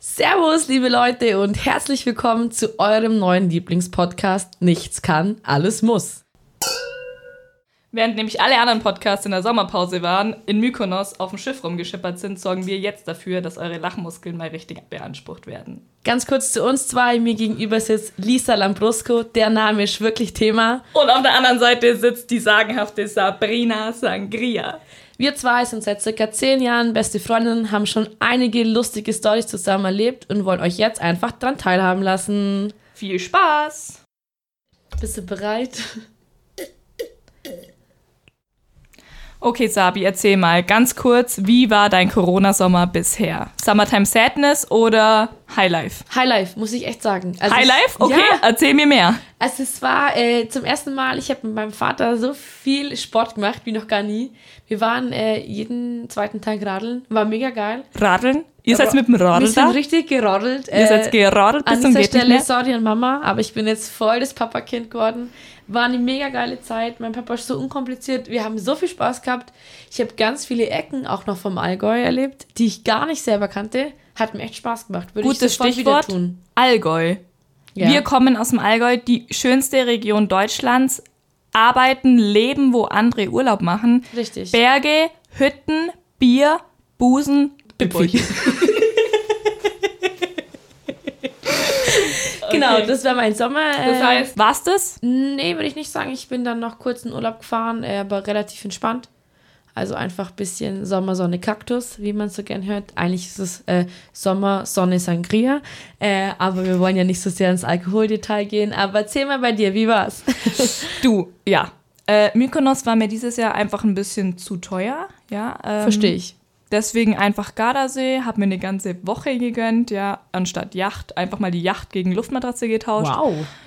Servus, liebe Leute, und herzlich willkommen zu eurem neuen Lieblingspodcast Nichts kann, alles muss. Während nämlich alle anderen Podcasts in der Sommerpause waren, in Mykonos auf dem Schiff rumgeschippert sind, sorgen wir jetzt dafür, dass eure Lachmuskeln mal richtig beansprucht werden. Ganz kurz zu uns zwei. Mir gegenüber sitzt Lisa Lambrusco. Der Name ist wirklich Thema. Und auf der anderen Seite sitzt die sagenhafte Sabrina Sangria. Wir zwei sind seit circa zehn Jahren beste Freundinnen, haben schon einige lustige Storys zusammen erlebt und wollen euch jetzt einfach dran teilhaben lassen. Viel Spaß! Bist du bereit? Okay, Sabi, erzähl mal ganz kurz, wie war dein Corona-Sommer bisher? Summertime Sadness oder Highlife? Highlife, muss ich echt sagen. Also Highlife? es- Okay, Ja, erzähl mir mehr. Also es war äh, zum ersten Mal, ich habe mit meinem Vater so viel Sport gemacht wie noch gar nie. Wir waren äh, jeden zweiten Tag radeln, war mega geil. Radeln? Ihr seid Aber mit dem Wir Radl sind da? richtig gerodelt. Ihr seid geradelt bis Äh, An zum dieser geht nicht Stelle, mehr? sorry an Mama, aber ich bin jetzt voll das Papakind geworden. War eine mega geile Zeit. Mein Papa ist so unkompliziert. Wir haben so viel Spaß gehabt. Ich habe ganz viele Ecken auch noch vom Allgäu erlebt, die ich gar nicht selber kannte. Hat mir echt Spaß gemacht. Würde ich Gutes sofort Stichwort, wieder tun. Allgäu. Ja. Wir kommen aus dem Allgäu, die schönste Region Deutschlands, arbeiten, leben, wo andere Urlaub machen. Richtig. Berge, Hütten, Bier, Busen, Bipfi. Genau, Okay. das war mein Sommer. äh, Das heißt, Äh, war's das? Nee, würde ich nicht sagen. Ich bin dann noch kurz in Urlaub gefahren, äh, aber relativ entspannt. Also einfach ein bisschen Sommer, Sonne, Kaktus, wie man so gern hört. Eigentlich ist es äh, Sommer, Sonne, Sangria. Äh, aber wir wollen ja nicht so sehr ins Alkoholdetail gehen. Aber erzähl mal bei dir, wie war's? Du, ja. Äh, Mykonos war mir dieses Jahr einfach ein bisschen zu teuer, ja. Ähm, Verstehe ich. Deswegen einfach Gardasee, hab mir eine ganze Woche gegönnt, ja, anstatt Yacht. Einfach mal die Yacht gegen Luftmatratze getauscht.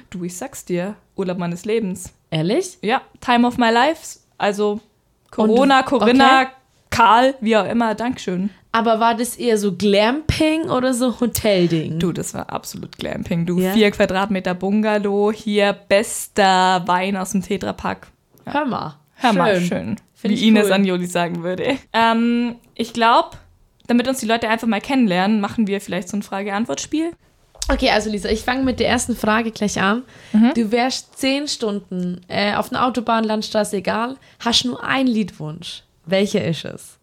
Du, ich sag's dir, Urlaub meines Lebens. Ähm, Ehrlich? Ja, Time of my life. Also Corona, Und- Corinna, okay. Karl, wie auch immer, Dankeschön. Aber war das eher so Glamping oder so Hotelding? Du, das war absolut Glamping. Du, Ja. vier Quadratmeter Bungalow, hier bester Wein aus dem Tetrapack. Hör mal. Hör mal, schön. Find ich wie Ines cool. Anjoli sagen würde. Ähm, ich glaube, damit uns die Leute einfach mal kennenlernen, machen wir vielleicht so ein Frage-Antwort-Spiel. Okay, also Lisa, ich fange mit der ersten Frage gleich an. Mhm. Du wärst zehn Stunden äh, auf einer Autobahn, Landstraße, egal, hast nur einen Liedwunsch. Welcher ist es?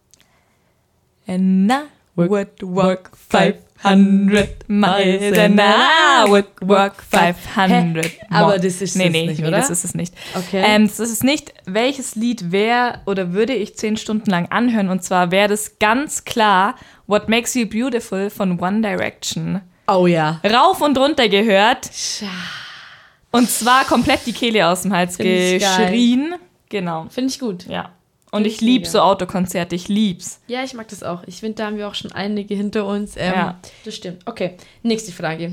And I Work, would work walk 500 miles and I would walk 500 Hä? Aber more. das ist nee, es nee, nicht, nee, oder? das ist es nicht. Okay. Ähm, das ist es nicht. Welches Lied wäre oder würde ich zehn Stunden lang anhören? Und zwar wäre das ganz klar What Makes You Beautiful von One Direction. Oh ja. Rauf und runter gehört. Scha. Und zwar komplett die Kehle aus dem Hals Find ich geil. geschrien. Genau, Finde ich gut. ja. Und Find ich ich lieb mega. so Autokonzerte, ich lieb's. Ja, ich mag das auch. Ich finde, da haben wir auch schon einige hinter uns. Ähm, Ja. Das stimmt. Okay, nächste Frage.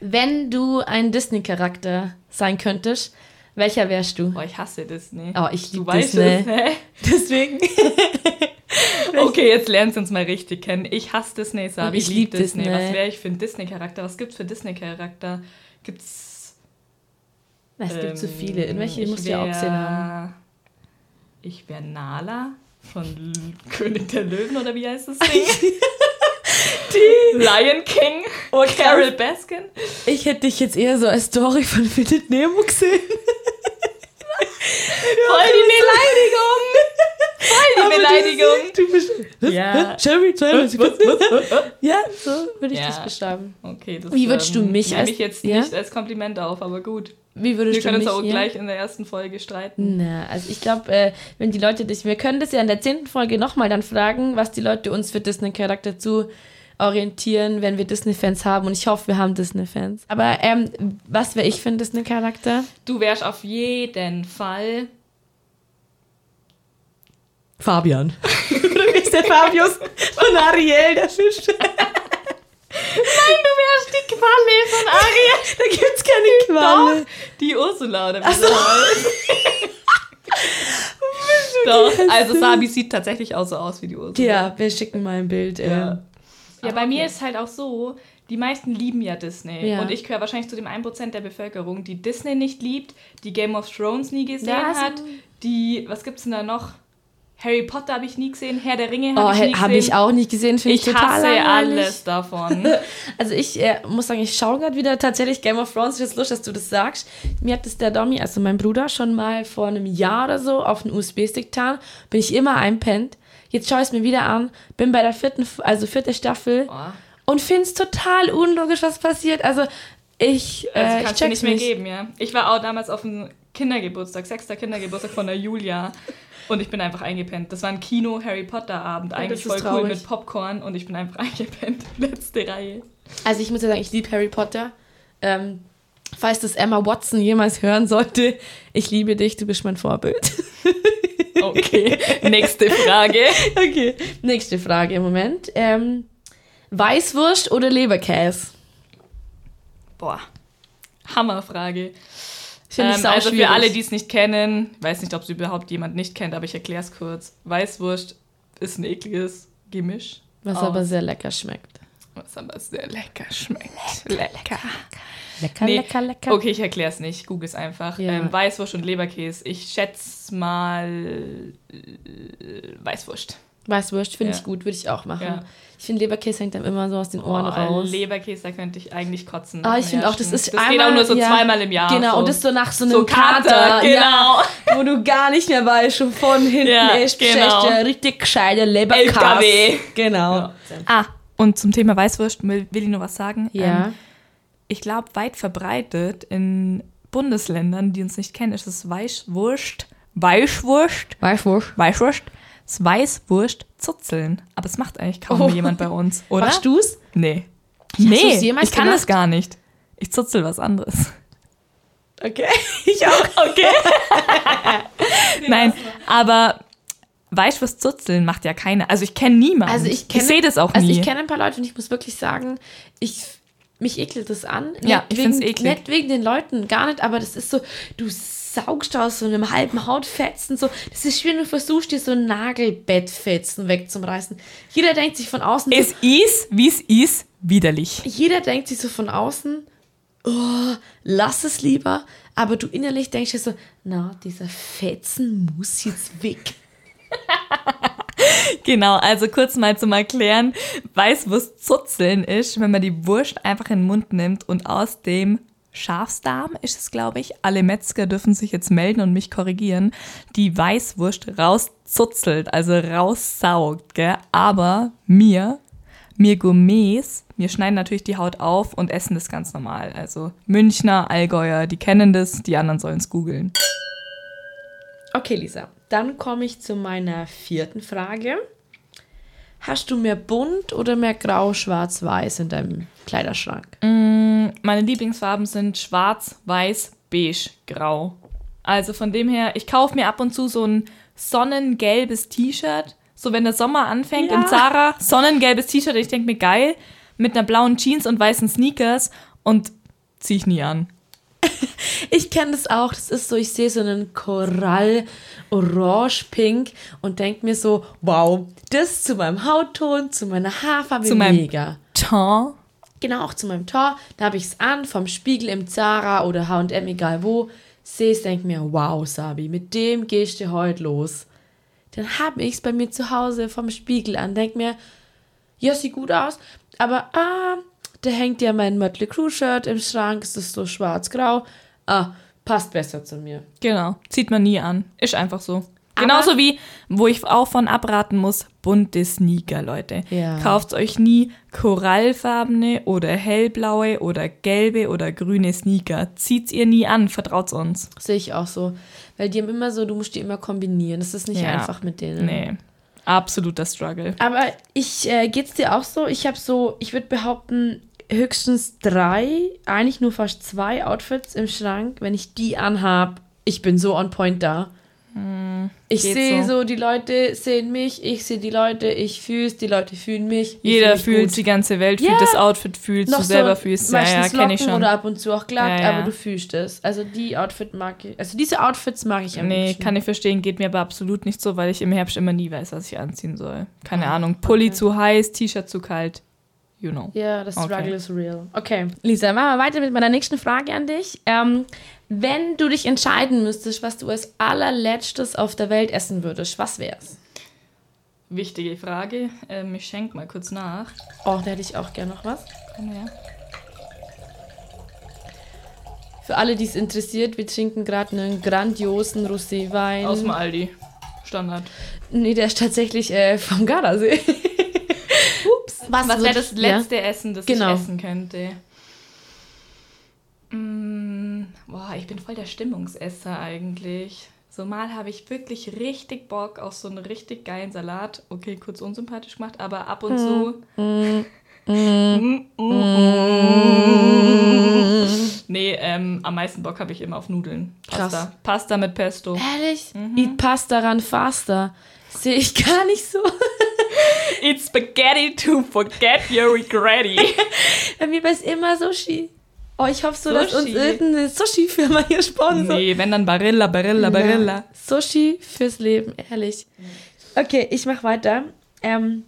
Wenn du ein Disney-Charakter sein könntest, welcher wärst du? Boah, ich hasse Disney. Oh, ich Du liebe weißt Disney. es, ne? Deswegen. Okay, jetzt lernst du uns mal richtig kennen. Ich hasse Disney, Sabi. Und ich lieb ne? Disney. Was wäre ich für ein Disney-Charakter? Was gibt's für Disney-Charakter? Gibt's. Na, Es gibt zu ähm, viele. In welche ich musst du ja auch wär- gesehen haben. Ich wäre Nala von L- König der Löwen oder wie heißt das Ding? Die Lion King Oh, oder Carol Baskin. Ich hätte dich jetzt eher so als Dory von Findet Nemo gesehen. Voll die Beleidigung! Voll die Beleidigung! Du bist. Was? Ja. Was? Jeremy, Jeremy, was? Was? Ja, so würde ich Ja. das beschreiben. Okay, das Wie würdest du mich nehme als- ich jetzt ja? nicht als Kompliment auf, aber gut. Wie würdest Wir können du uns mich auch hier? gleich in der ersten Folge streiten. Na, also ich glaube, äh, wenn die Leute dich, wir können das ja in der zehnten Folge nochmal dann fragen, was die Leute uns für Disney-Charakter zu orientieren, wenn wir Disney-Fans haben. Und ich hoffe, wir haben Disney-Fans. Aber ähm, was wäre ich für ein Disney-Charakter? Du wärst auf jeden Fall. Fabian. Oder wie ist der Fabius von Ariel, der Fisch? Nein, du wärst die Qualle von Ariel. Da gibt's keine Qualle. Die Ursula oder wie so. Doch, also Sabi sieht tatsächlich auch so aus wie die Ursula. Ja, wir schicken mal ein Bild. Ähm, Ja. Ja. Ja, bei mir ist halt auch so, die meisten lieben ja Disney. Ja. Und ich gehöre wahrscheinlich zu dem 1% der Bevölkerung, die Disney nicht liebt, die Game of Thrones nie gesehen Ja, so- hat, die, was gibt's denn da noch? Harry Potter habe ich nie gesehen, Herr der Ringe Oh, habe ich nie habe ich gesehen. auch nicht gesehen, finde ich, ich total hasse langweilig. alles davon. Also ich äh, muss sagen, ich schaue gerade wieder tatsächlich Game of Thrones. Jetzt lustig, dass du das sagst. Mir hat das der Domi, also mein Bruder, schon mal vor einem Jahr oder so auf einen USB-Stick getan. Bin ich immer einpennt. Jetzt schaue ich es mir wieder an. Bin bei der vierten, F- also vierte Staffel Oh. und finde es total unlogisch, was passiert. Also ich, äh, Also ich kannst du check's nicht mehr geben, ja. Ich war auch damals auf dem Kindergeburtstag, sechster Kindergeburtstag von der Julia und ich bin einfach eingepennt. Das war ein Kino-Harry Potter-Abend, eigentlich das voll ist cool traurig. mit Popcorn und ich bin einfach eingepennt. Letzte Reihe. Also ich muss ja sagen, ich liebe Harry Potter. Ähm, falls das Emma Watson jemals hören sollte, ich liebe dich, du bist mein Vorbild. Okay, nächste Frage. Okay, nächste Frage im Moment. Ähm, Weißwurst oder Leberkäse? Boah, Hammerfrage. Finde ich ähm, sau also schwierig. für alle, die es nicht kennen, weiß nicht, ob es überhaupt jemand nicht kennt, aber ich erkläre es kurz. Weißwurst ist ein ekliges Gemisch. Was aus- aber sehr lecker schmeckt. was aber sehr lecker schmeckt. lecker. Lecker, Nee, lecker, lecker. Okay, ich erkläre es nicht. Google es einfach. Ja. Ähm, Weißwurst und Leberkäse. Ich schätze mal äh, Weißwurst. Weißwurst finde Ja. ich gut, würde ich auch machen. Ja. Ich finde, Leberkäse hängt dann immer so aus den Ohren Oh, raus. Leberkäse, da könnte ich eigentlich kotzen. Ah, ich Ja, finde auch, das stimmt. ist Das einmal, geht auch nur so ja. zweimal im Jahr. Genau, so. und das so nach so einem so Kater, Kater, ja, genau. wo du gar nicht mehr weißt, schon von hinten Ja, ist genau. beschäftigt, richtig gescheiter Leberkäse. LKW. Genau. Ja. Ah, und zum Thema Weißwurst will, will ich nur was sagen. Ja. Ähm, ich glaube, weit verbreitet in Bundesländern, die uns nicht kennen, ist es Weißwurst, Weißwurst, Weißwurst. Weißwurst, das Weißwurst zutzeln. Aber es macht eigentlich kaum Oh. jemand bei uns, oder? Machst du's? Nee. du's Nee, jemals ich kann gemacht? das gar nicht. Ich zutzel was anderes. Okay. Ich auch. Okay. Nein, aber Weißwurst zutzeln macht ja keiner. Also ich kenne niemanden. Also ich kenne- sehe das auch Also nie. ich kenne ein paar Leute und ich muss wirklich sagen, ich mich ekelt das an. Ja, Nicht ich wegen- find's eklig. Nicht wegen den Leuten, gar nicht, aber das ist so, du saugst aus so einem halben Hautfetzen so. Das ist wie wenn du versuchst, dir so ein Nagelbettfetzen wegzureißen. Jeder denkt sich von außen, es ist, wie es ist, widerlich. jeder denkt sich so von außen, oh, lass es lieber, aber du innerlich denkst dir so, na, dieser Fetzen muss jetzt weg. Genau, also kurz mal zum Erklären. Weißwurst zutzeln ist, wenn man die Wurst einfach in den Mund nimmt und aus dem Schafsdarm ist es, glaube ich. Alle Metzger dürfen sich jetzt melden und mich korrigieren. Die Weißwurst rauszutzelt, also raussaugt, gell? Aber mir, mir Gourmets, wir schneiden natürlich die Haut auf und essen das ganz normal. Also Münchner, Allgäuer, die kennen das, die anderen sollen es googeln. Okay, Lisa, dann komme ich zu meiner vierten Frage. Hast du mehr bunt oder mehr grau, schwarz, weiß in deinem Kleiderschrank? Mhm. meine Lieblingsfarben sind schwarz, weiß, beige, grau. Also von dem her, ich kaufe mir ab und zu so ein sonnengelbes T-Shirt. So wenn der Sommer anfängt Ja. in Zara, sonnengelbes T-Shirt, ich denke mir geil, mit einer blauen Jeans und weißen Sneakers und zieh ich nie an. Ich kenne das auch. Das ist so, ich sehe so einen Korall, orange, pink und denke mir so, wow, das zu meinem Hautton, zu meiner Haarfarbe, Zu meinem- mega. Ton. Genau, auch zu meinem Tor. Da habe ich es an, vom Spiegel im Zara oder H&M, egal wo. Sehe es, denke mir, wow, Sabi, mit dem gehst du heute los. Dann habe ich es bei mir zu Hause vom Spiegel an, denke mir, ja, sieht gut aus, aber ah, da hängt ja mein Mötley Crew Shirt im Schrank, es ist so schwarz-grau. Ah, passt besser zu mir. Genau, zieht man nie an. Ist einfach so. Aber- Genauso wie, wo ich auch von abraten muss, bunte Sneaker, Leute. Ja. Kauft euch nie korallfarbene oder hellblaue oder gelbe oder grüne Sneaker. Zieht's ihr nie an, vertraut's uns. Sehe ich auch so. Weil die haben immer so, du musst die immer kombinieren. Das ist nicht Ja. einfach mit denen. Nee, absoluter Struggle. Aber ich äh, geht's dir auch so? Ich habe so, ich würde behaupten, höchstens drei, eigentlich nur fast zwei Outfits im Schrank. Wenn ich die anhab, ich bin so on point da. Ich Hm, geht sehe so. so. die Leute sehen mich, ich sehe die Leute, ich fühl's, die Leute fühlen mich. ich fühl Jeder mich fühlt, gut. die ganze Welt Ja. fühlt, das Outfit fühlst, du selber fühlst. Ja, ja, meistens kenne ich Locken schon. Oder ab und zu auch glatt, Ja, ja. aber du fühlst es. Also die Outfit mag ich, also diese Outfits mag ich am Nee, liebsten. kann ich verstehen, geht mir aber absolut nicht so, weil ich im Herbst immer nie weiß, was ich anziehen soll. Keine Ah, Ahnung, Pulli zu heiß, T-Shirt zu kalt. You know. Ja, das Okay. Struggle is real. Okay. Lisa, machen wir weiter mit meiner nächsten Frage an dich. Ähm, wenn du dich entscheiden müsstest, was du als allerletztes auf der Welt essen würdest, was wär's? Wichtige Frage. Ähm, ich schenke mal kurz nach. Oh, da hätte ich auch gern noch was. Komm her. Für alle, die es interessiert, wir trinken gerade einen grandiosen Roséwein. Aus dem Aldi. Standard. Nee, der ist tatsächlich äh, vom Gardasee. Ups. Was, wäre das würd- ja. letzte Essen, das Genau. ich essen könnte? Mm, boah, ich bin voll der Stimmungsesser eigentlich. So mal habe ich wirklich richtig Bock auf so einen richtig geilen Salat. Okay, kurz unsympathisch gemacht, aber ab und zu. Mm, mm, mm. Nee, ähm, am meisten Bock habe ich immer auf Nudeln. Krass. Pasta. Pasta mit Pesto. Ehrlich? Mhm. Eat pasta run faster. Sehe ich gar nicht so. It's spaghetti to forget your regretty. Bei mir war es immer Sushi. Oh, ich hoffe so, dass uns Sushi. irgendeine Sushi-Firma hier sponsert. nee, wenn dann Barilla, Barilla, Na, Barilla. Sushi fürs Leben, ehrlich. Okay, ich mach weiter. Ähm,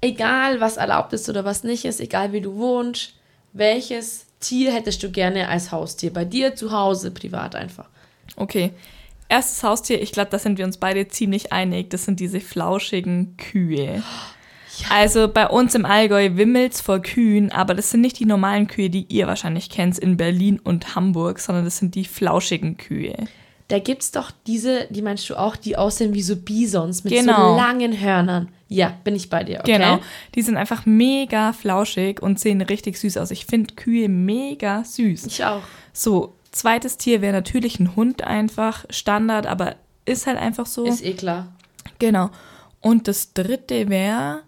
egal, was erlaubt ist oder was nicht ist, egal wie du wohnst, welches Tier hättest du gerne als Haustier? Bei dir zu Hause, privat einfach. Okay. Erstes Haustier, ich glaube, da sind wir uns beide ziemlich einig. Das sind diese flauschigen Kühe. Also bei uns im Allgäu wimmelt's vor Kühen, aber das sind nicht die normalen Kühe, die ihr wahrscheinlich kennt in Berlin und Hamburg, sondern das sind die flauschigen Kühe. Da gibt's doch diese, die meinst du auch, die aussehen wie so Bisons mit Genau. so langen Hörnern. Ja, bin ich bei dir, okay? Genau. Die sind einfach mega flauschig und sehen richtig süß aus. Ich finde Kühe mega süß. Ich auch. So, zweites Tier wäre natürlich ein Hund einfach, Standard, aber ist halt einfach so. Ist eh klar. Genau. Und das dritte wäre,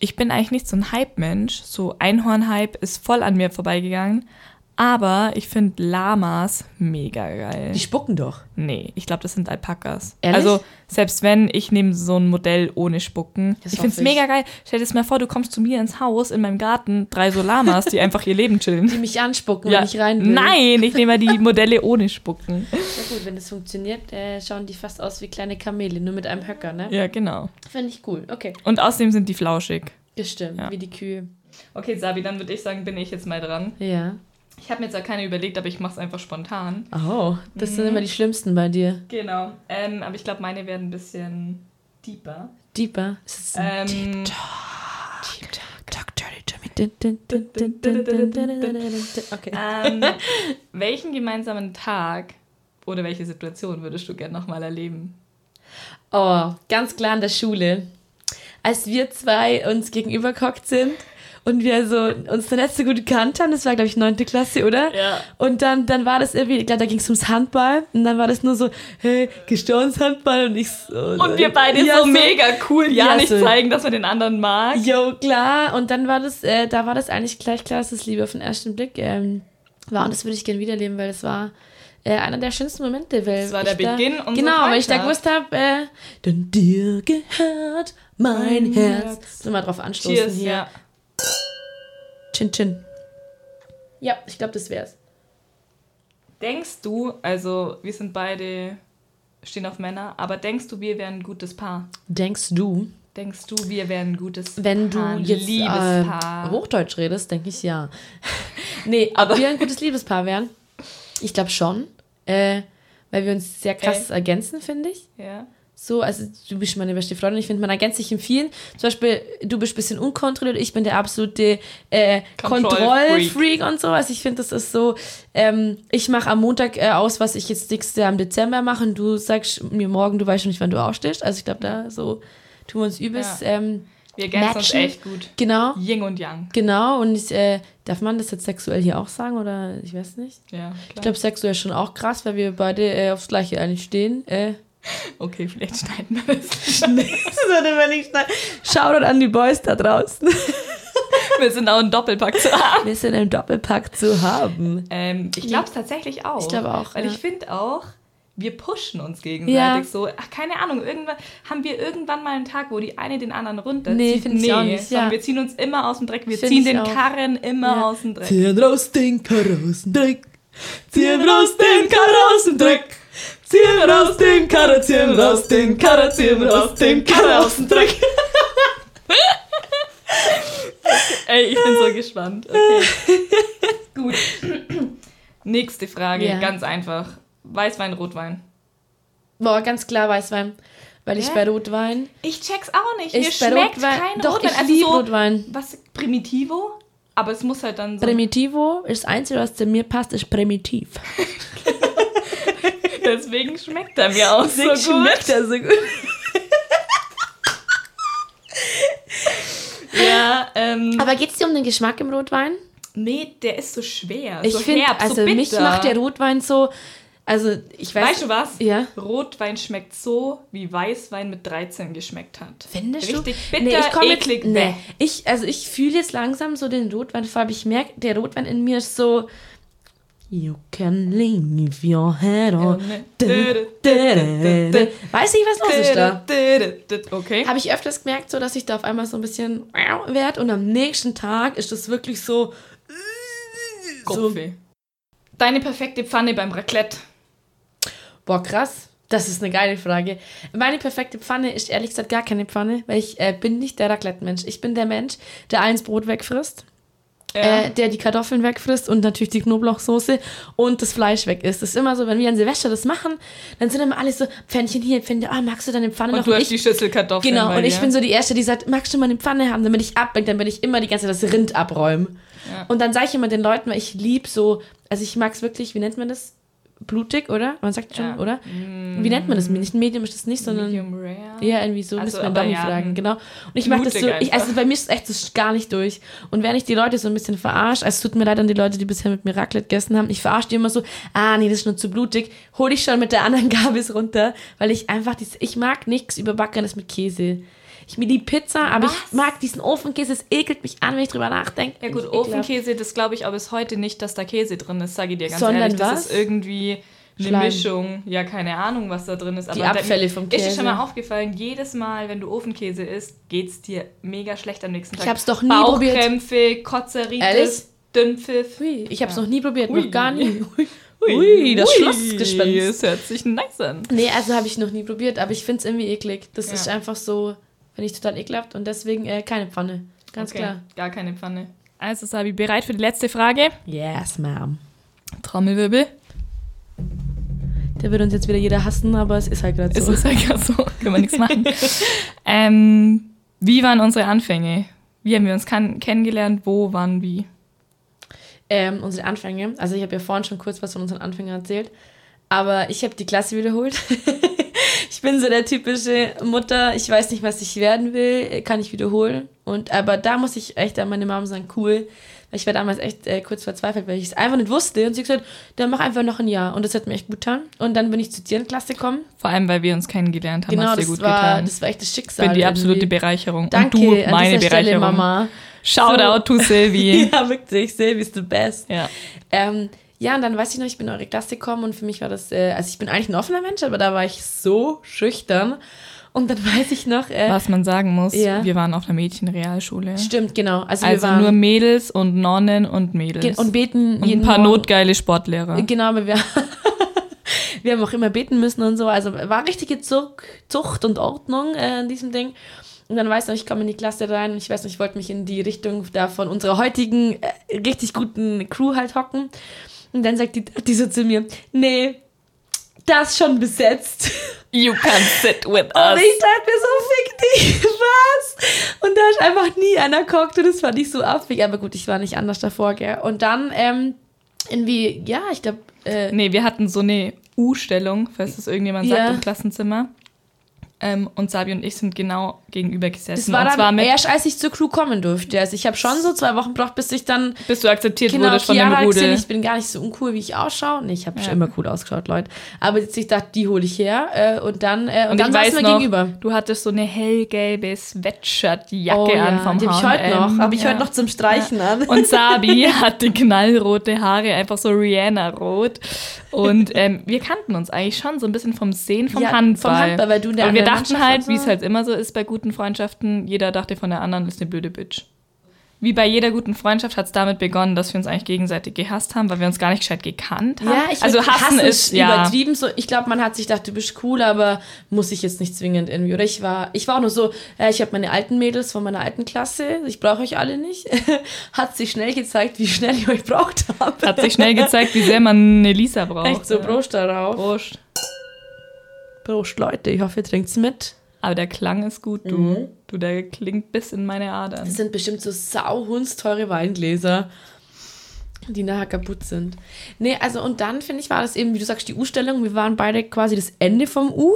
ich bin eigentlich nicht so ein Hype-Mensch. So Einhorn-Hype ist voll an mir vorbeigegangen. Aber ich finde Lamas mega geil. Die spucken doch. Nee, ich glaube, das sind Alpakas. Ehrlich? Also, selbst wenn, ich nehme so ein Modell ohne Spucken. Das ich finde es hoffe ich. mega geil. Stell dir das mal vor, du kommst zu mir ins Haus, in meinem Garten, drei so Lamas, die einfach ihr Leben chillen. Die mich anspucken, wenn ich rein will. Nein, ich nehme ja die Modelle ohne Spucken. Na gut, wenn das funktioniert, äh, schauen die fast aus wie kleine Kamele, nur mit einem Höcker, ne? Ja, genau. Finde ich cool. Okay. Und außerdem sind die flauschig. Das stimmt, Ja. wie die Kühe. Okay, Sabi, dann würde ich sagen, bin ich jetzt mal dran. Ja. Ich habe mir jetzt ja keine überlegt, aber ich mache es einfach spontan. Oh, das sind Mhm. immer die schlimmsten bei dir. Genau. Ähm, aber ich glaube, meine werden ein bisschen deeper. Deeper. Es ist ein Ähm, Deep Talk. Talk Dirty Jimmy. Dun, dun, dun, dun, dun, dun, dun, dun, dun, dun. Okay. ähm, welchen gemeinsamen Tag oder welche Situation würdest du gern nochmal erleben? Oh, ganz klar in der Schule. Als wir zwei uns gegenüber gekocht sind und wir so uns dann nicht so gut gekannt haben, das war, glaube ich, neunte Klasse, oder? Ja. Und dann, dann war das irgendwie, ich glaube, da ging es ums Handball und dann war das nur so, hey, gestorbenes Handball und ich so. Und wir beide Ja, so mega cool, ja, Ja, nicht so. zeigen, dass man den anderen mag. Jo, klar. Und dann war das, äh, da war das eigentlich gleich klar, dass es Liebe auf den ersten Blick ähm, war. Und das würde ich gerne wiederleben, weil es war äh, einer der schönsten Momente. Weil Das war ich der Beginn da, unserer Genau, weil ich da Freundschaft. gewusst habe, äh, denn dir gehört mein Mein Herz. Herz. Müssen wir mal drauf anstoßen Cheers, hier. ja. Chin, chin. Ja, ich glaube, das wär's. Denkst du, also wir sind beide, stehen auf Männer, aber denkst du, wir wären ein gutes Paar? Denkst du, Denkst du, wir wären ein gutes wenn du Paar, ein jetzt Liebespaar? Äh, Hochdeutsch redest, denke ich ja. nee, aber wir ein gutes Liebespaar wären. Ich glaube schon. Äh, weil wir uns sehr krass ergänzen, finde ich. ja. So, also du bist meine beste Freundin. Ich finde, man ergänzt sich in vielen. Zum Beispiel, du bist ein bisschen unkontrolliert, ich bin der absolute äh, Kontrollfreak. Kontrollfreak und so. Also ich finde, das ist so, ähm, ich mache am Montag äh, aus, was ich jetzt nächste am Dezember mache und du sagst mir morgen, du weißt schon nicht, wann du aufstehst. Also ich glaube, da so tun wir uns übelst. Ja. Ähm, Wir ergänzen uns matchen. echt gut. genau, Yin und Yang. genau. Und ich, äh, darf man das jetzt sexuell hier auch sagen oder ich weiß nicht? Ja, Ich klar. glaube, sexuell schon auch krass, weil wir beide äh, aufs Gleiche eigentlich stehen. Äh, Okay, vielleicht schneiden wir das. Sondern wenn ich schneide. Shoutout an die Boys da draußen. wir sind auch ein Doppelpack zu haben. Wir sind im Doppelpack zu haben. Ähm, ich glaube es tatsächlich auch. Ich glaub auch, Weil ja. ich finde auch, wir pushen uns gegenseitig Ja. so. Ach, keine Ahnung, irgendwann haben wir irgendwann mal einen Tag, wo die eine den anderen runterzieht. Nee, find ich auch nicht, sondern ja. wir ziehen uns immer aus dem Dreck. Wir Find ziehen ich den auch. Karren immer Ja. aus dem Dreck. Ziehen raus den Karosendreck. Ziehen raus den Karosendreck. Ziehen raus den Karre, ziehen raus den Karre, ziehen raus den Karre aus dem Dreck. Ey, ich bin so gespannt. Okay. Gut. Nächste Frage, Ja. ganz einfach. Weißwein, Rotwein. Boah, ganz klar Weißwein. Weil ich Hä? bei Rotwein. Ich check's auch nicht. Mir Ich bei schmeckt Rotwein- kein Doch, Rotwein. ich also liebe so, Rotwein. Was? Primitivo? Aber es muss halt dann so. Primitivo ist das Einzige, was zu mir passt, ist primitiv. Deswegen schmeckt er mir Oh, auch so gut. er so gut. Ja, ähm, Aber geht es dir um den Geschmack im Rotwein? nee, der ist so schwer. Ich so finde, herb, also so bitter. mich macht der Rotwein so, also ich weiß, Weißt du was? Ja. Rotwein schmeckt so, wie Weißwein mit 13 geschmeckt hat. findest du? Richtig bitter, nee, ich komm jetzt- eklig. nee. bäh. ich, also ich fühle jetzt langsam so den Rotwein, vor allem ich merke, der Rotwein in mir ist so, you can leave your head Oh, on. ne. Weiß nicht, Hm. was los ist da. Okay. Habe ich öfters gemerkt, so dass ich da auf einmal so ein bisschen werde und am nächsten Tag ist das wirklich so. so Kopfweh. Deine perfekte Pfanne beim Raclette. boah, krass. Das ist eine geile Frage. Meine perfekte Pfanne ist ehrlich gesagt gar keine Pfanne, weil ich äh, bin nicht der Raclette-Mensch. Ich bin der Mensch, der eins Brot wegfrisst, äh, der die Kartoffeln wegfrisst und natürlich die Knoblauchsoße und das Fleisch weg ist. Das ist immer so, wenn wir an Silvester das machen, dann sind immer alle so, Pfännchen hier, Pfännchen, ah, magst du deine Pfanne noch? und du Und hast ich- die Schüssel Kartoffeln. Genau, bei und ich dir. bin so die Erste, die sagt, magst du mal eine Pfanne haben, damit ich ablenke, damit ich immer die ganze Zeit das Rind abräume. Ja. Und dann sage ich immer den Leuten, weil ich lieb so, also ich mag es wirklich, wie nennt man das? Blutig, oder? Man sagt schon, Ja. Mm. oder? Wie nennt man das? Nicht Medium ist das nicht, sondern. Medium rare. Ja, irgendwie so, Also, müssen wir aber Dummy ja, fragen, hm. genau. Und ich mag das so, Blutig ich, einfach. also bei mir ist es echt das gar nicht durch. Und wenn ich die Leute so ein bisschen verarsche, also es tut mir leid an die Leute, die bisher mit mir Raclette gegessen haben, ich verarsche die immer so, ah nee, das ist nur zu blutig, hol ich schon mit der anderen Gabel es runter, weil ich einfach, dieses, ich mag nichts Überbackenes mit Käse. Ich mir die Pizza, aber Was? ich mag diesen Ofenkäse, es ekelt mich an, wenn ich drüber nachdenke. Ja Finde gut, ich ekelhaft. Ofenkäse, das glaube ich aber bis heute nicht, dass da Käse drin ist, sage ich dir ganz Sondern ehrlich. Das was? ist irgendwie eine Schleim. Mischung. Ja, keine Ahnung, was da drin ist. Aber Die da- Abfälle vom Ist dir Käse. schon mal aufgefallen, jedes Mal, wenn du Ofenkäse isst, geht's dir mega schlecht am nächsten Tag. hab's doch nie Bauchkrämpfe, Kotzeritis, Ehrlich? Dünnpfiff. Ui, ich habe es Ja. noch nie probiert, Ui. noch gar nie. Ui, das Schlossgespenst. Das hört sich nice an. Nee, also habe ich noch nie probiert, aber ich finde es irgendwie eklig. Das Ja. ist einfach so, finde ich total ekelhaft und deswegen äh, keine Pfanne. Ganz okay, klar. Gar keine Pfanne. Also Sabi, bereit für die letzte Frage? Yes, ma'am. Trommelwirbel. Da wird uns jetzt wieder jeder hassen, aber es ist halt gerade Ist so. es halt gerade so, können wir nichts machen. ähm, wie waren unsere Anfänge? Wie haben wir uns kan- kennengelernt? Wo, wann, wie? Ähm, unsere Anfänge, also ich habe ja vorhin schon kurz was von unseren Anfängen erzählt, aber ich habe die Klasse wiederholt. ich bin so der typische Mutter, ich weiß nicht, was ich werden will, kann ich wiederholen. Und aber da muss ich echt an meine Mom sagen, cool. Weil Ich war damals echt äh, kurz verzweifelt, weil ich es einfach nicht wusste. Und sie hat gesagt, dann mach einfach noch ein Jahr. Und das hat mir echt gut getan. Und dann bin ich zu dir in die Klasse gekommen. Vor allem, weil wir uns kennengelernt haben, Genau, hast du das, gut war, getan. das war echt das ich Schicksal. bin die absolute irgendwie. Bereicherung. Danke, Und du, an meine dieser Stelle, Bereicherung. Mama. Shoutout to Silvi. Ja, wirklich, Silvi ist the best. ja. Ähm, ja, und dann weiß ich noch, ich bin in eure Klasse gekommen und für mich war das, äh, also ich bin eigentlich ein offener Mensch, aber da war ich so schüchtern. Und dann weiß ich noch, äh, Was man sagen muss, Ja. wir waren auf einer Mädchenrealschule. stimmt, genau. Also, wir Also waren nur Mädels und Nonnen und Mädels. ge- und beten Und ein jeden paar Morgen. notgeile Sportlehrer. Genau, aber wir, wir haben auch immer beten müssen und so. Also war richtige Zucht, Zucht und Ordnung äh, in diesem Ding. Und dann weiß ich, noch, ich komme in die Klasse rein und ich weiß nicht, ich wollte mich in die Richtung da von unserer heutigen, äh, richtig guten Crew halt hocken. Und dann sagt die, die so zu mir, nee, das ist schon besetzt. You can sit with Und Oh, ich dachte mir so, fick dich, was? Und da ist einfach nie einer geguckt und das fand ich so affig. Aber gut, ich war nicht anders davor, gell. Und dann, ähm, irgendwie, ja, ich glaube, äh, Nee, wir hatten so eine U-Stellung, falls das irgendjemand Ja. sagt, im Klassenzimmer. Ähm, und Sabi und ich sind genau gegenüber Das gesessen. war und dann zwar mit, erst, als ich zur Crew kommen durfte. Also ich habe schon so zwei Wochen gebraucht, bis ich dann bis du akzeptiert genau wurdest von Chiara dem gesehen Rudel. Ich bin gar nicht so uncool, wie ich ausschaue. Nee, ich habe Ja. schon immer cool ausgeschaut, Leute. Aber jetzt, ich dachte, die hole ich her. Äh, und dann, äh, und dann saßen ich weiß wir noch, gegenüber. du hattest so eine hellgelbe Sweatshirt-Jacke Oh ja, an vom die habe ich heute H&M. noch. Habe ich Ja. heute noch zum Streichen an. Und Sabi hatte knallrote Haare, einfach so Rihanna-rot. Und ähm, wir kannten uns eigentlich schon so ein bisschen vom Sehen, vom Ja, vom Handball. Handball, weil du in der Und wir anderen dachten Mannschaft halt, und so. wie es halt immer so ist bei guten Freundschaften, jeder dachte von der anderen, ist eine blöde Bitch. Wie bei jeder guten Freundschaft hat es damit begonnen, dass wir uns eigentlich gegenseitig gehasst haben, weil wir uns gar nicht gescheit gekannt haben. Ja, ich also würd- hassen, ist ja. übertrieben. So, ich glaube, man hat sich gedacht, du bist cool, aber muss ich jetzt nicht zwingend irgendwie. Oder ich war, ich war auch nur so, äh, ich habe meine alten Mädels von meiner alten Klasse, ich brauche euch alle nicht. hat sich schnell gezeigt, wie schnell ich euch braucht habe. Hat sich schnell gezeigt, wie sehr man eine Lisa braucht. Echt so, Prost darauf. Prost. Prost, Leute. Ich hoffe, ihr trinkt's mit. Aber der Klang ist gut, du. Du, der klingt bis in meine Adern. Mhm. Das sind bestimmt so sauhundsteure Weingläser, die nachher kaputt sind. Nee, also und dann, finde ich, war das eben, wie du sagst, die U-Stellung. Wir waren beide quasi das Ende vom U.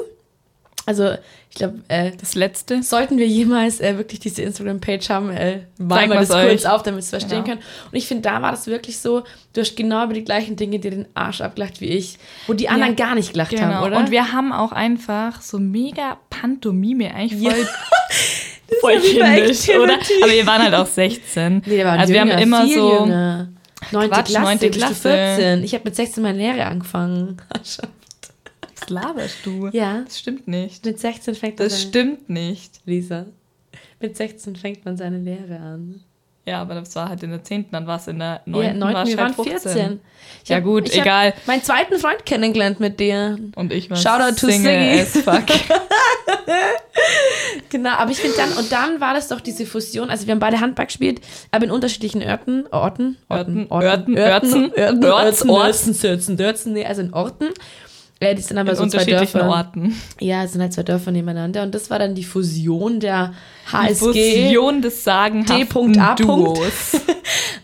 Also, ich glaube, äh, Das letzte. sollten wir jemals äh, wirklich diese Instagram-Page haben, äh, malen wir mal's das kurz euch. auf, damit es verstehen Genau. können. Und ich finde, da war das wirklich so, du hast genau über die gleichen Dinge dir den Arsch abgelacht wie ich, wo die anderen gar nicht gelacht haben, oder? Genau. Und wir haben auch einfach so mega Pantomime, eigentlich Ja. voll, voll ist ja wie bei kindisch, oder? Activity. Aber wir waren halt auch 16. Nee, der war also wir jünger, haben immer viel so, Jünger. Neunte Quatsch, Klasse, neunte bist du Klasse. 14. Ich habe mit 16 meine Lehre angefangen. was laberst du? Ja. Das stimmt nicht. Mit 16 fängt man Das stimmt nicht. Lisa. Mit 16 fängt man seine Lehre an. Ja, aber das war halt in der 10., dann war es in der 9. Ja, Ja, war neunten, es wir halt waren 14. 14. Ich Ja, hab- gut, ich hab egal. Meinen zweiten Freund kennengelernt mit dir. Und ich war Shoutout to Single as Siggi. fuck. Genau, aber ich finde dann, und dann war das doch diese Fusion, also wir haben beide Handball gespielt, aber in unterschiedlichen Orten, Orten, Orten, Orten, Örten, Örzen, Orten, Örts, Orten, Orts. Orten, Sürzen, Dörzen, nee, also in Orten. Äh, die sind aber In so zwei unterschiedlichen Dörfer. Orten. Ja, es sind halt zwei Dörfer nebeneinander und das war dann die Fusion der Die HSG. Fusion des sagenhaften D.A. Duos.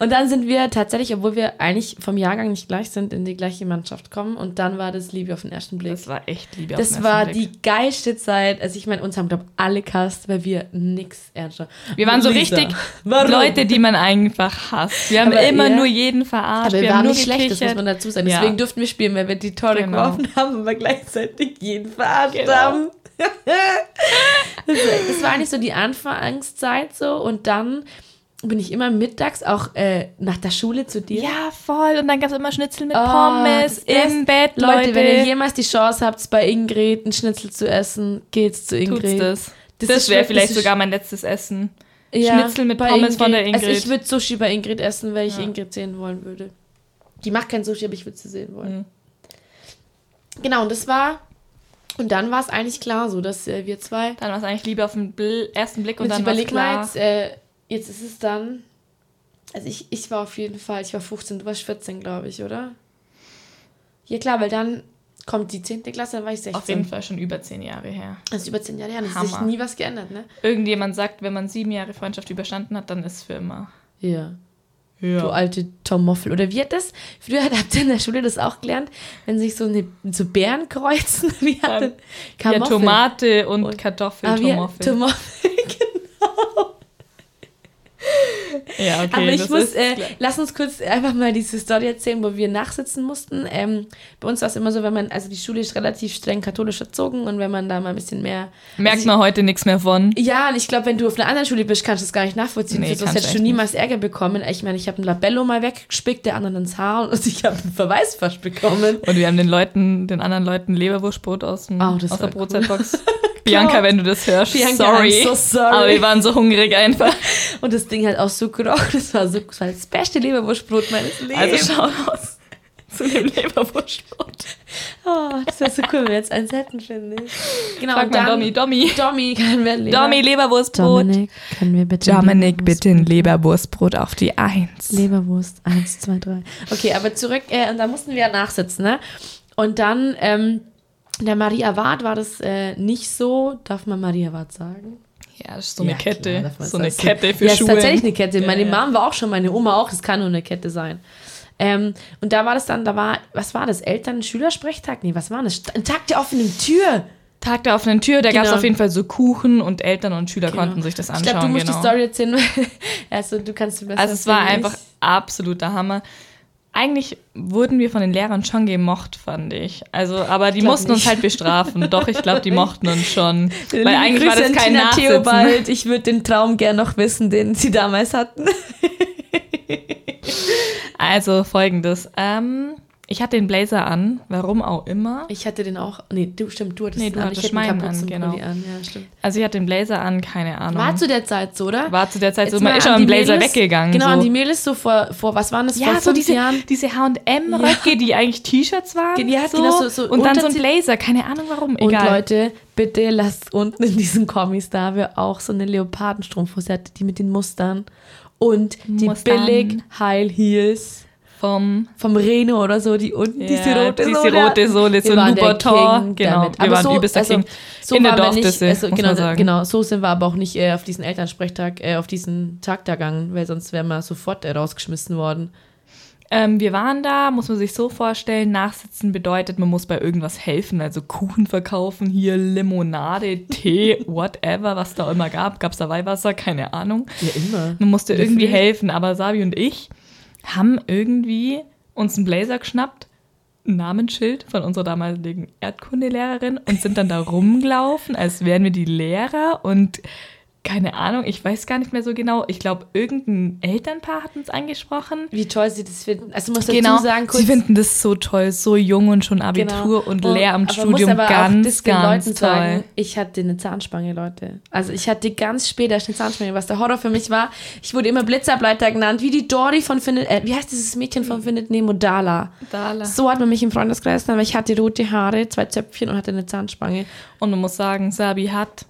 Und dann sind wir tatsächlich, obwohl wir eigentlich vom Jahrgang nicht gleich sind, in die gleiche Mannschaft kommen und dann war das Liebe auf den ersten Blick. Das war echt Liebe auf Das den war ersten Blick. die geilste Zeit. Also ich meine, uns haben, glaube ich, alle cast, weil wir nix ernst haben. Wir waren so Lisa, richtig warum? Leute, die man einfach hasst. Wir haben Aber, immer ja. nur jeden verarscht. Aber wir, haben waren nur nicht schlecht, das muss gekichert. man dazu sagen. Ja. Deswegen durften wir spielen, weil wir die Tore Genau. geworfen haben, aber gleichzeitig jeden verarscht Genau. haben. das, war- das war eigentlich so die Anfangszeit so und dann bin ich immer mittags auch äh, nach der Schule zu dir. Ja, voll. Und dann gab es immer Schnitzel mit Oh, Pommes das Beste. im Bett, Leute, Leute. wenn ihr jemals die Chance habt, bei Ingrid einen Schnitzel zu essen, geht's zu Ingrid. tut's das. Das Das, ist wäre wirklich- vielleicht das ist- sogar mein letztes Essen. Ja, Schnitzel mit bei Pommes von der Also ich Ingrid. würde Sushi bei Ingrid essen, weil ich Ja. Ingrid sehen wollen würde. Die macht kein Sushi, aber ich würde sie sehen wollen. Hm. Genau, und das war. Und dann war es eigentlich klar so, dass äh, wir zwei. Dann war es eigentlich Liebe auf den Bl ersten Blick und Und jetzt dann war überleg mal, klar. jetzt, äh, jetzt ist es dann. Also ich, ich war auf jeden Fall, ich war 15, du warst 14, glaube ich, oder? Ja klar, weil dann kommt die 10. Klasse, dann war ich 16. Auf jeden Fall schon über zehn Jahre her. Das ist über 10 Jahre her, das hat sich Hammer. nie was geändert, ne? Irgendjemand sagt, wenn man sieben Jahre Freundschaft überstanden hat, dann ist es für immer. Ja. Du Ja. alte Tomoffel. Oder wie hat das? Früher hat- habt ihr in der Schule das auch gelernt, wenn sich so, eine, so Bären kreuzen. Wie hat denn? Ja, Kamoffel. Tomate und, Kartoffel, Ah, wie- Tomoffel. Tomoffel. ja, okay. Aber ich das muss, ist äh, klar. lass uns kurz einfach mal diese Story erzählen, wo wir nachsitzen mussten. Ähm, bei uns war es immer so, wenn man, also die Schule ist relativ streng katholisch erzogen und wenn man da mal ein bisschen mehr. Also Merkt man heute nichts mehr von. Ja, und ich glaube, wenn du auf einer anderen Schule bist, kannst du das gar nicht nachvollziehen. Nee, Sonst kannst hättest du du echt niemals Ärger bekommen. Ich meine, ich habe ein Labello mal weggespickt, der anderen ins Haar und ich habe einen Verweis fast bekommen. Und wir haben den Leuten, den anderen Leuten Leberwurstbrot aus, dem, Oh, das aus war der Brotzeitbox. Bianca, wenn du das hörst, Bianca, sorry. I'm so sorry. Aber wir waren so hungrig einfach. Und das Ding hat auch so gerochen. Das war so das, war das beste Leberwurstbrot meines Lebens. Also schau raus zu dem Leberwurstbrot. oh, das wäre so cool, wenn wir jetzt einen hätten, finde ich. Genau, Sag und mal dann, Domi, Domi. Domi, können wir Leber- Domi, Leberwurstbrot. können wir bitte. Dominik, bitte ein Leberwurstbrot auf die Eins. Leberwurst, eins, zwei, drei. Okay, aber zurück, äh, und da mussten wir ja nachsitzen, ne? Und dann, ähm, der Maria Ward war das äh, nicht so, darf man Maria Ward sagen? Ja, das ist so eine Ja, Kette. klar, darf man so eine sagen. Kette für ja, Schuhe. ist tatsächlich eine Kette. Ja, Meine ja. Mom war auch schon, meine Oma auch, das kann nur eine Kette sein. Ähm, und da war das dann, da war, was war das? Eltern-Schülersprechtag? Nee, was war das? Ein Tag der offenen Tür. Tag der offenen Tür, da gab es Genau. auf jeden Fall so Kuchen und Eltern und Schüler Genau. konnten sich das anschauen. Ich glaube, du musst genau. die Story erzählen. also, du kannst die besser Also es war erzählen einfach als ich. absoluter Hammer. Eigentlich wurden wir von den Lehrern schon gemocht, fand ich. Also, aber die glaub mussten uns nicht. halt bestrafen. Doch, ich glaube, die mochten uns schon. Weil Liebe eigentlich war Grüße das an kein Tina Nachsitzen. Theobald. Ich würde den Traum gern noch wissen, den sie damals hatten. Also folgendes. Ähm, ich hatte den Blazer an, warum auch immer. Ich hatte den auch. Nee, du, stimmt, du hattest Nee, den du an. hattest ich hatte einen meinen an, Kapuzenpulli genau. an. Ja, stimmt. Also ich hatte den Blazer an, keine Ahnung. War zu der Zeit so, oder? War zu der Zeit so, Jetzt man mal ist an schon die am Blazer Mädels- weggegangen. Genau, so. an die Mädels so vor, vor was waren das? Ja, vor so fünf diese, Jahren? diese H&M-Röcke, die eigentlich T-Shirts waren. Ja, so, genau, so- so und dann so ein Unterzie- Blazer, keine Ahnung warum, Und egal. Leute, bitte lasst unten in diesen Kommis da wir auch so eine Leopardenstrumpfhose hatte, die mit den Mustern und die Mustern. billig High Heels. Vom vom Reno oder so, die unten, ja, diese rote diese Sohle. rote Sohle, so Wir waren der Nubertor. King Genau, damit. wir Aber waren so- übelster also, King. So in der waren wir Dorfdisse, nicht, also, muss genau, man sagen. genau, so sind wir aber auch nicht äh, auf diesen Elternsprechtag, äh, auf diesen Tag da gegangen, weil sonst wären wir sofort äh, rausgeschmissen worden. Ähm, wir waren da, muss man sich so vorstellen, nachsitzen bedeutet, man muss bei irgendwas helfen, also Kuchen verkaufen, hier Limonade, Tee, whatever, was da immer gab. Gab es da Weihwasser? Keine Ahnung. Ja, immer. Man musste Gefühlt. irgendwie helfen, aber Sabi und ich haben irgendwie uns einen Blazer geschnappt, ein Namensschild von unserer damaligen Erdkundelehrerin und sind dann da rumgelaufen, als wären wir die Lehrer und keine Ahnung, ich weiß gar nicht mehr so genau. Ich glaube, irgendein Elternpaar hat uns angesprochen. Wie toll sie das finden. Also muss Genau, dazu sagen, kurz, sie finden das so toll, so jung und schon Abitur und Lehramtsstudium, Genau. Oh, aber muss aber auch das ganz, den ganz toll. Leuten Sagen, ich hatte eine Zahnspange, Leute. Also ich hatte ganz spät erst eine Zahnspange, was der Horror für mich war. Ich wurde immer Blitzableiter genannt, wie die Dory von Findet, äh, wie heißt dieses Mädchen von Findet Nemo, Dala. Dala. So hat man mich im Freundeskreis genannt, weil ich hatte rote Haare, zwei Zöpfchen und hatte eine Zahnspange. Und man muss sagen, Sabi hat,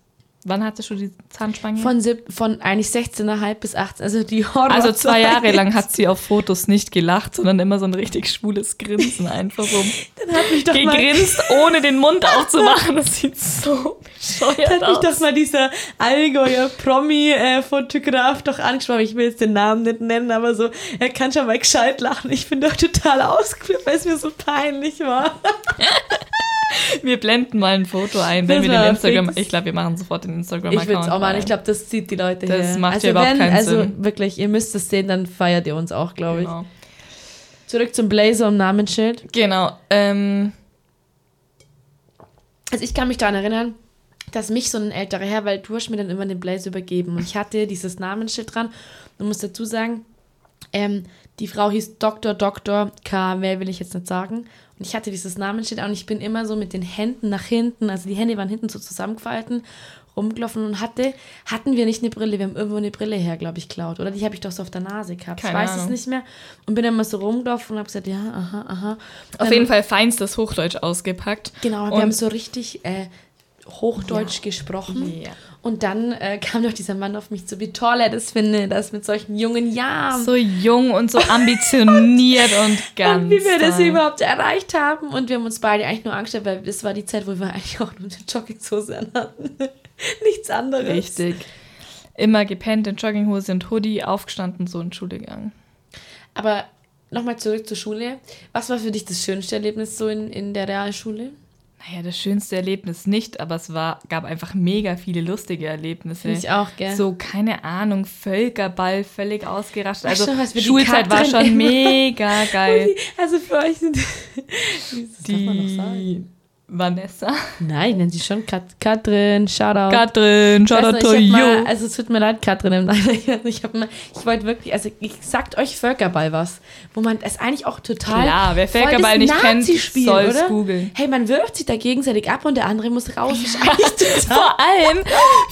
wann hattest du die Zahnspange? Von, sieb, von eigentlich 16,5 bis 18, also die Horror. also zwei Jahre lang hat sie auf Fotos nicht gelacht, sondern immer so ein richtig schwules Grinsen einfach rum. Dann hat mich doch mal- Gegrinst, ohne den Mund aufzumachen. Das sieht so bescheuert hat mich aus. doch mal dieser Allgäuer Promi-Fotograf doch angesprochen. Ich will jetzt den Namen nicht nennen, aber so, er kann schon mal gescheit lachen. Ich bin doch total ausgeflippt, weil es mir so peinlich war. Wir blenden mal ein Foto ein, wenn Das wir den war Instagram. fix. Ich glaube, wir machen sofort den Instagram-Account. Ich will es auch mal, rein. ich glaube, das zieht die Leute Das her. macht also ja überhaupt wenn, keinen also Sinn. wirklich, ihr müsst es sehen, dann feiert ihr uns auch, glaube genau. ich. Zurück zum Blazer und Namensschild. Genau. Ähm, Also ich kann mich daran erinnern, dass mich so ein älterer Herr, weil du hast mir dann immer den Blazer übergeben und ich hatte dieses Namensschild dran und muss dazu sagen, ähm, die Frau hieß Dr. Dr. K. Mehr will ich jetzt nicht sagen. Und ich hatte dieses Namensschild an und ich bin immer so mit den Händen nach hinten, also die Hände waren hinten so zusammengefalten, rumgelaufen und hatte, hatten wir nicht eine Brille, wir haben irgendwo eine Brille her, glaube ich, klaut. Oder die habe ich doch so auf der Nase gehabt. Keine ich weiß Ahnung. es nicht mehr. Und bin dann immer so rumgelaufen und habe gesagt, ja, aha, aha. auf jeden Fall feinstes Hochdeutsch ausgepackt. Also Genau, wir Und- haben so richtig äh, Hochdeutsch gesprochen. Ja. Und dann äh, kam doch dieser Mann auf mich zu, wie toll er das finde, das mit solchen jungen Jahren. So jung und so ambitioniert und ganz. und wie wir das toll. überhaupt erreicht haben. Und wir haben uns beide eigentlich nur angestellt, weil das war die Zeit, wo wir eigentlich auch nur eine Jogginghose anhatten. Nichts anderes. Richtig. Immer gepennt in Jogginghose und Hoodie, aufgestanden, so in die Schule gegangen. Aber nochmal zurück zur Schule. Was war für dich das schönste Erlebnis so in, in der Realschule? Naja, das schönste Erlebnis nicht, aber es war, gab einfach mega viele lustige Erlebnisse. Finde ich auch, gell? So, keine Ahnung, Völkerball, völlig ausgerascht. Weißt Also, du, was wir die Schulzeit war Katrin schon immer- mega geil. Also für euch sind das darf man noch sagen. Die Vanessa. Nein, nennen sie schon Kat Katrin, Shoutout. Katrin, Ich weiß Shoutout noch, to ich hab mal, you. also es tut mir leid, Katrin, im Nachhinein. Also, ich, hab mal- ich wollte wirklich, also ich sagt euch Völkerball was, wo man es eigentlich auch total Klar, wer voll Völkerball das nicht kennt, Nazi-Spiel, soll's oder? googeln. Hey, man wirft sich da gegenseitig ab und der andere muss raus. Ist eigentlich total- Vor allem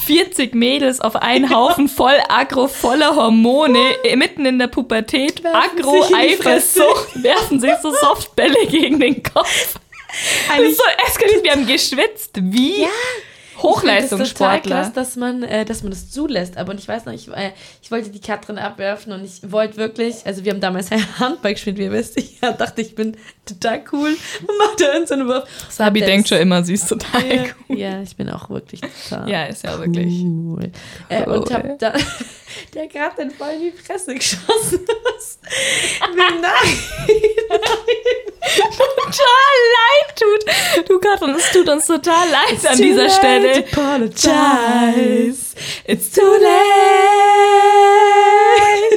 40 Mädels auf einen Haufen voll aggro, voller Hormone, äh, mitten in der Pubertät, Werfen aggro, sich in die Eifersucht, werfen sich so Softbälle gegen den Kopf. Das ist so eskaliert, wir haben geschwitzt wie Ich finde das total krass, Hochleistungssportler. dass man, äh, dass man das zulässt. Aber und ich weiß noch, ich, äh, ich wollte die Katrin abwerfen und ich wollte wirklich, also wir haben damals Handball gespielt, wie ihr wisst. Ich dachte, ich bin total cool und mache da irgendeinen Wurf. Sabi Hab denkt das- schon immer, sie ist total Ja, cool. ja, ich bin auch wirklich total. Ja, ist ja wirklich. Cool. Äh, und Cool. hab dann der gerade dann voll in die Fresse geschossen. Bin nach- Total leid tut. Du Katrin, es tut uns total leid an dieser Stelle. Apologize. It's too Äh.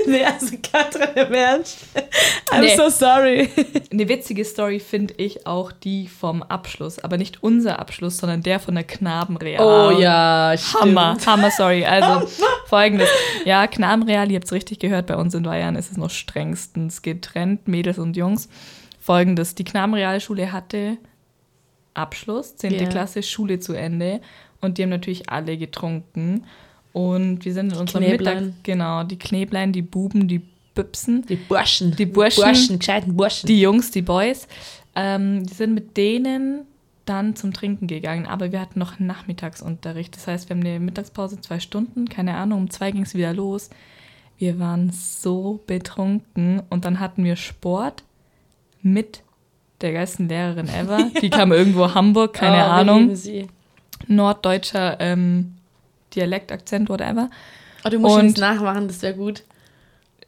late. nee, also Katrin im Ernst. I'm Nee. so sorry. Eine witzige Story finde ich auch die vom Abschluss, aber nicht unser Abschluss, sondern der von der Knabenreal. Oh ja, Hammer, Hammer, sorry. Also folgendes. Ja, Knabenreal, ihr habt es richtig gehört, bei uns in Bayern ist es noch strengstens getrennt, Mädels und Jungs. Folgendes, die Knabenrealschule hatte Abschluss, 10. Ja. Klasse, Schule zu Ende und die haben natürlich alle getrunken und wir sind in unserem Mittag... Knäblein. Genau, die Kneblein, die Buben, die Bübsen. Die Burschen. Die Burschen. Burschen, gescheiten Burschen. Die Jungs, die Boys, ähm, die sind mit denen dann zum Trinken gegangen, aber wir hatten noch Nachmittagsunterricht. Das heißt, wir haben eine Mittagspause, zwei Stunden, keine Ahnung, um zwei ging es wieder los. Wir waren so betrunken und dann hatten wir Sport mit der geilsten Lehrerin ever. Die kam irgendwo Hamburg, keine Oh, wir lieben Ahnung. Sie. Norddeutscher ähm, Dialekt, Akzent, whatever. Oh, du musst Und- und jetzt nachmachen, das wäre gut.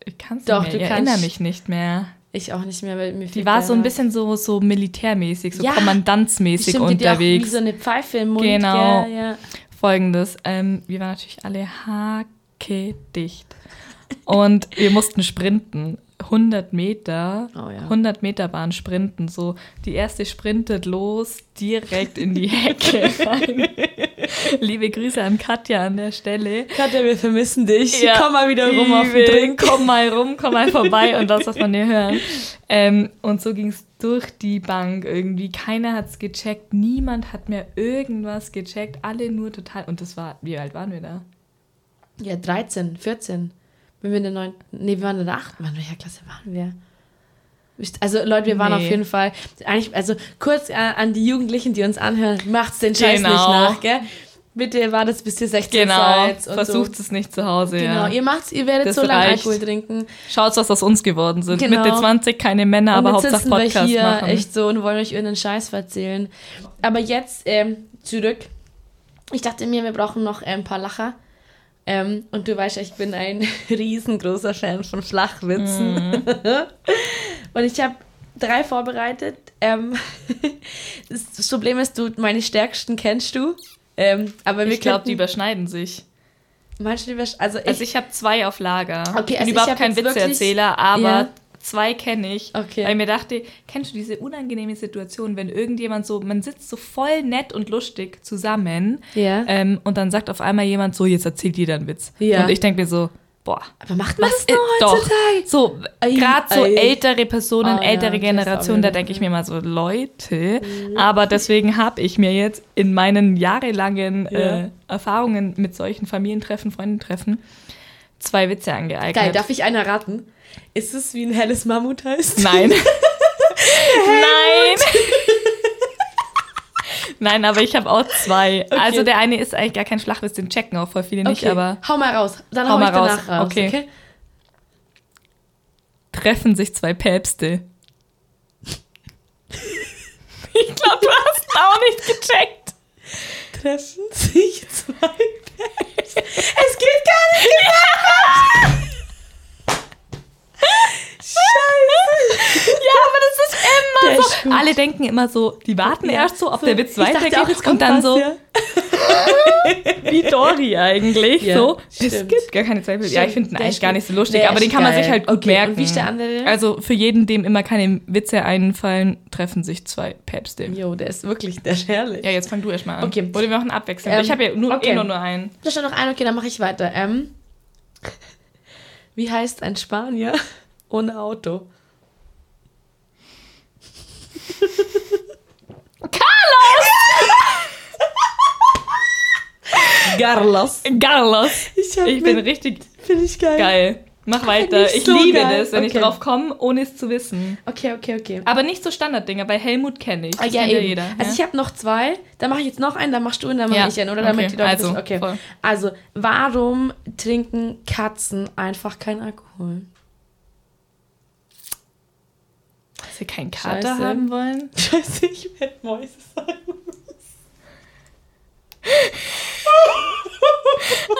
Ich kann's Doch, nicht du mehr. Ich erinnere kannst- mich nicht mehr. Ich auch nicht mehr, weil mir fehlt Die war so ein deiner- bisschen so, so militärmäßig, so Ja. kommandantsmäßig Stimmt, die hat auch Wie unterwegs. so eine Pfeife im Mund. Genau. Gell, ja. Folgendes, ähm, wir waren natürlich alle hakedicht. Und wir mussten sprinten. 100 Meter, Oh ja. 100 Meter waren Sprinten. So, die erste sprintet los, direkt in die Hecke rein. Liebe Grüße an Katja an der Stelle. Katja, wir vermissen dich. Ja. Komm mal wieder rum auf den Übel. Drink. Komm mal rum, komm mal vorbei und das, was man hier hören. Ähm, und so ging es durch die Bank irgendwie. Keiner hat's gecheckt, niemand hat mehr irgendwas gecheckt, alle nur total. Und das war, wie alt waren wir da? Ja, 13, 14. Wenn wir in der 9. Nee, wir waren in der 8. Mann, in welcher Klasse waren wir? Ist- Also Leute, wir waren Nee. auf jeden Fall eigentlich also kurz äh, an die Jugendlichen, die uns anhören, macht's den Scheiß Genau. nicht nach, gell? Bitte war das bis ihr 16 seid und Versucht so. es Genau. nicht zu Hause. Genau, Ja. ihr macht's, ihr werdet Das so lange reicht. Alkohol trinken. Schaut, was aus uns geworden sind. Genau. Mitte 20 keine Männer, aber und jetzt Hauptsache sitzen wir Podcast hier machen. echt so und wollen euch irgendeinen Scheiß erzählen. Aber jetzt ähm, zurück. Ich dachte mir, wir brauchen noch ein paar Lacher. Ähm, und du weißt ja, ich bin ein riesengroßer Fan von Flachwitzen. Mhm. und ich habe drei vorbereitet. Ähm, das das Problem ist, du meine stärksten kennst du. Ähm, aber wir ich glaube, könnten- die überschneiden sich. Meinst du, die übersch- also ich, Also ich habe zwei auf Lager. Okay, ich bin also ich überhaupt hab kein jetzt Witzeerzähler, aber Ja. zwei kenne ich. Okay. Weil ich mir dachte, kennst du diese unangenehme Situation, wenn irgendjemand so, man sitzt so voll nett und lustig zusammen Ja. ähm, und dann sagt auf einmal jemand so, jetzt erzählt jeder einen Witz. Ja. Und ich denke mir so, boah. aber macht man das äh, noch heutzutage? Doch. So, Ei, gerade so ei. ältere Personen, äh, Ah, ja, ältere das ist auch Generationen, da wieder- denke ich mir mal so, Leute. Aber deswegen habe ich mir jetzt in meinen jahrelangen äh, Ja. Erfahrungen mit solchen Familientreffen, Freundentreffen, zwei Witze angeeignet. Geil, darf ich einer raten? Ist es wie ein helles Mammut heißt? Nein. Nein. Nein, aber ich habe auch zwei. Also der eine ist eigentlich gar kein Flachwitz, den checken auch voll viele nicht, aber Hau mal raus. Dann Hau hau, mal ich danach raus. raus. Okay. Okay. treffen sich zwei Päpste. Ich glaube, du hast ihn auch nicht gecheckt. Treffen sich zwei Päpste. Es geht gar nicht. Scheiße. Ja, aber Der das ist ist immer gut. so. Alle denken immer so, die warten erst so, ob der Witz Ich dachte auch, weitergeht jetzt und kommt dann was, so, ja. wie Dory eigentlich. Ja, so, es stimmt. gibt gar keine Zweifel. Ja, ich finde ihn Stimmt, der eigentlich ist gar gut. nicht so lustig, Der aber ist den kann man geil. sich halt gut Okay, und merken. wie ist der andere? Also für jeden, dem immer keine Witze einfallen, treffen sich zwei Päpste. Jo, der ist wirklich der Scherle. Ja, jetzt fang du erstmal an. Okay. Oder wir machen abwechselnd. Ähm, ich habe ja nur, eh okay. nur, nur einen. Da stand noch ein, okay, dann mache ich weiter. Ähm, wie heißt ein Spanier ohne Auto? Carlos! Carlos. Carlos. Ich, hab Ich bin richtig Finde ich geil. geil. Mach weiter. ich Ich so liebe geil. das, wenn ich Okay. drauf komme, ohne es zu wissen. Okay, okay, okay. Aber nicht so Standarddinger, bei Helmut kenne ich. Ah, Das ja, Ah, kennt ja eben. jeder. ne? also ich ja. habe noch zwei. Dann mache ich jetzt noch einen, dann machst du einen, dann mache Ja, ich einen. Oder okay. damit die Leute Also, wissen. Okay. voll. Also, warum trinken Katzen einfach keinen Alkohol? Dass wir keinen Kater Scheiße. haben wollen. Scheiße, ich werde Mäuse sein.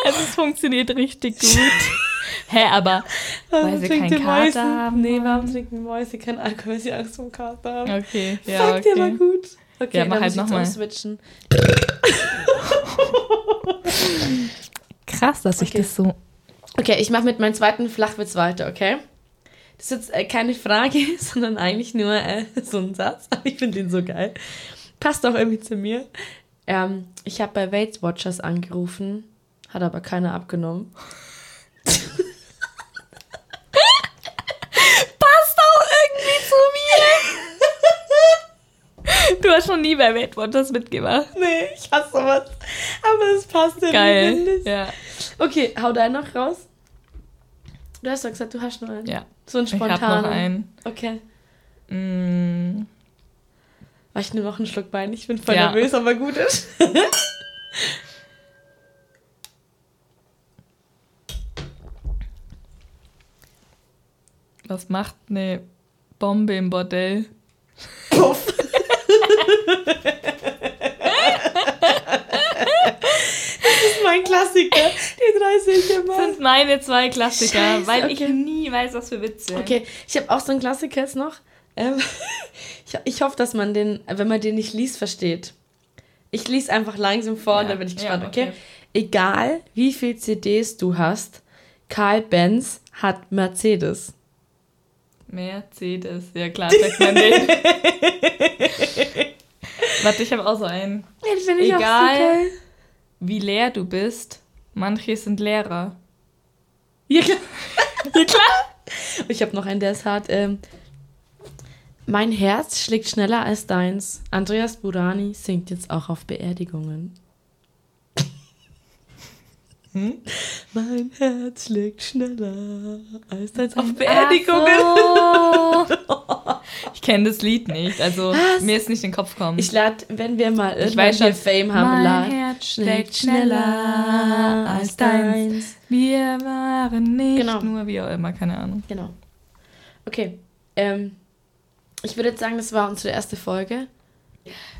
Also es funktioniert richtig gut. Hä, aber Ah, weil sie keinen trinken Kater Mäuse? haben. Nee, warum trinken Mäuse keinen Alkohol, weil sie Angst vor dem Kater haben? Okay, Fuck, ja, der war okay. gut. Okay, Ja, dann mach halt muss ich jetzt nochmal. umswitchen. Krass, dass ich Okay. das so. Okay, ich mache mit meinem zweiten Flachwitz weiter, okay? Das ist jetzt äh, keine Frage, sondern eigentlich nur äh, so ein Satz. Aber ich finde den so geil. Passt auch irgendwie zu mir. Ähm, ich habe bei Weight Watchers angerufen, hat aber keiner abgenommen. Passt auch irgendwie zu mir. Du hast schon nie bei Weight Watchers mitgemacht. Nee, ich hasse sowas. Aber es passt ja Geil. nicht. Ja, Okay, hau deinen noch raus. Du hast doch gesagt, du hast nur einen. ja. So einen Ich hab spontanen. noch einen. Okay. Mm. War ich nur noch einen Schluck Wein? Ich bin voll Ja. nervös, aber gut ist. Was macht eine Bombe im Bordell? Puff. das ist mein Klassiker. Die drei sind Das immer. sind meine zwei Klassiker, Scheiße, weil ich okay. nie weiß, was für Witze. Okay, ich habe auch so einen Klassiker jetzt noch. Ähm, ich, ich hoffe, dass man den, wenn man den nicht liest, versteht. Ich lese einfach langsam vor und Ja, dann bin ich ja, gespannt, okay? okay. Egal, wie viel CDs du hast, Karl Benz hat Mercedes. Mercedes, ja klar, sagt man den. Warte, ich habe auch so einen. Den finde ich auch Egal. so geil. Wie leer du bist, manche sind Lehrer. Ja, klar. Ich habe noch einen, der ist hart. Ähm, mein Herz schlägt schneller als deins. Andreas Burani singt jetzt auch auf Beerdigungen. Hm? Mein Herz schlägt schneller als deins. Auf Ach so. Ich kenne das Lied nicht, also Was? mir ist nicht in den Kopf gekommen. Ich lade, wenn wir mal Ich irgendwann weiß hier schon. Fame haben, mein lad. Herz schlägt schneller als deins. Wir waren nicht Genau. nur wie auch immer, keine Ahnung. Genau. Okay. Ähm, ich würde jetzt sagen, das war unsere erste Folge.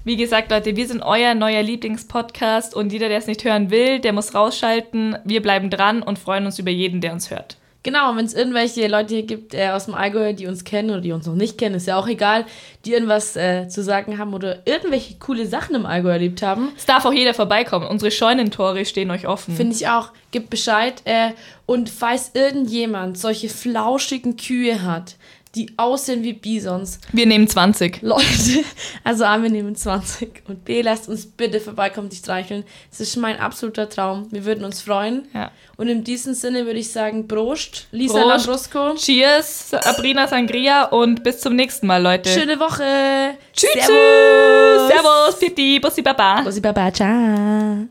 Wie gesagt, Leute, wir sind euer neuer Lieblingspodcast und jeder, der es nicht hören will, der muss rausschalten. Wir bleiben dran und freuen uns über jeden, der uns hört. Genau, wenn es irgendwelche Leute hier gibt äh, aus dem Allgäu, die uns kennen oder die uns noch nicht kennen, ist ja auch egal, die irgendwas äh, zu sagen haben oder irgendwelche coole Sachen im Allgäu erlebt haben, Es darf auch jeder vorbeikommen. Unsere Scheunentore stehen euch offen. finde ich auch, gibt Bescheid. Äh, und falls irgendjemand solche flauschigen Kühe hat, die aussehen wie Bisons, wir nehmen 20. Leute, also A, wir nehmen 20 und B, lasst uns bitte vorbeikommen, dich streicheln. Es ist mein absoluter Traum. Wir würden uns freuen. Ja. Und in diesem Sinne würde ich sagen, Prost, Lisa Prost. Lambrusco. Cheers, Sabrina Sangria und bis zum nächsten Mal, Leute. Schöne Woche. Tschüss. Servus. Servus, Pitti, Bussi, Baba. Bussi Baba, ciao.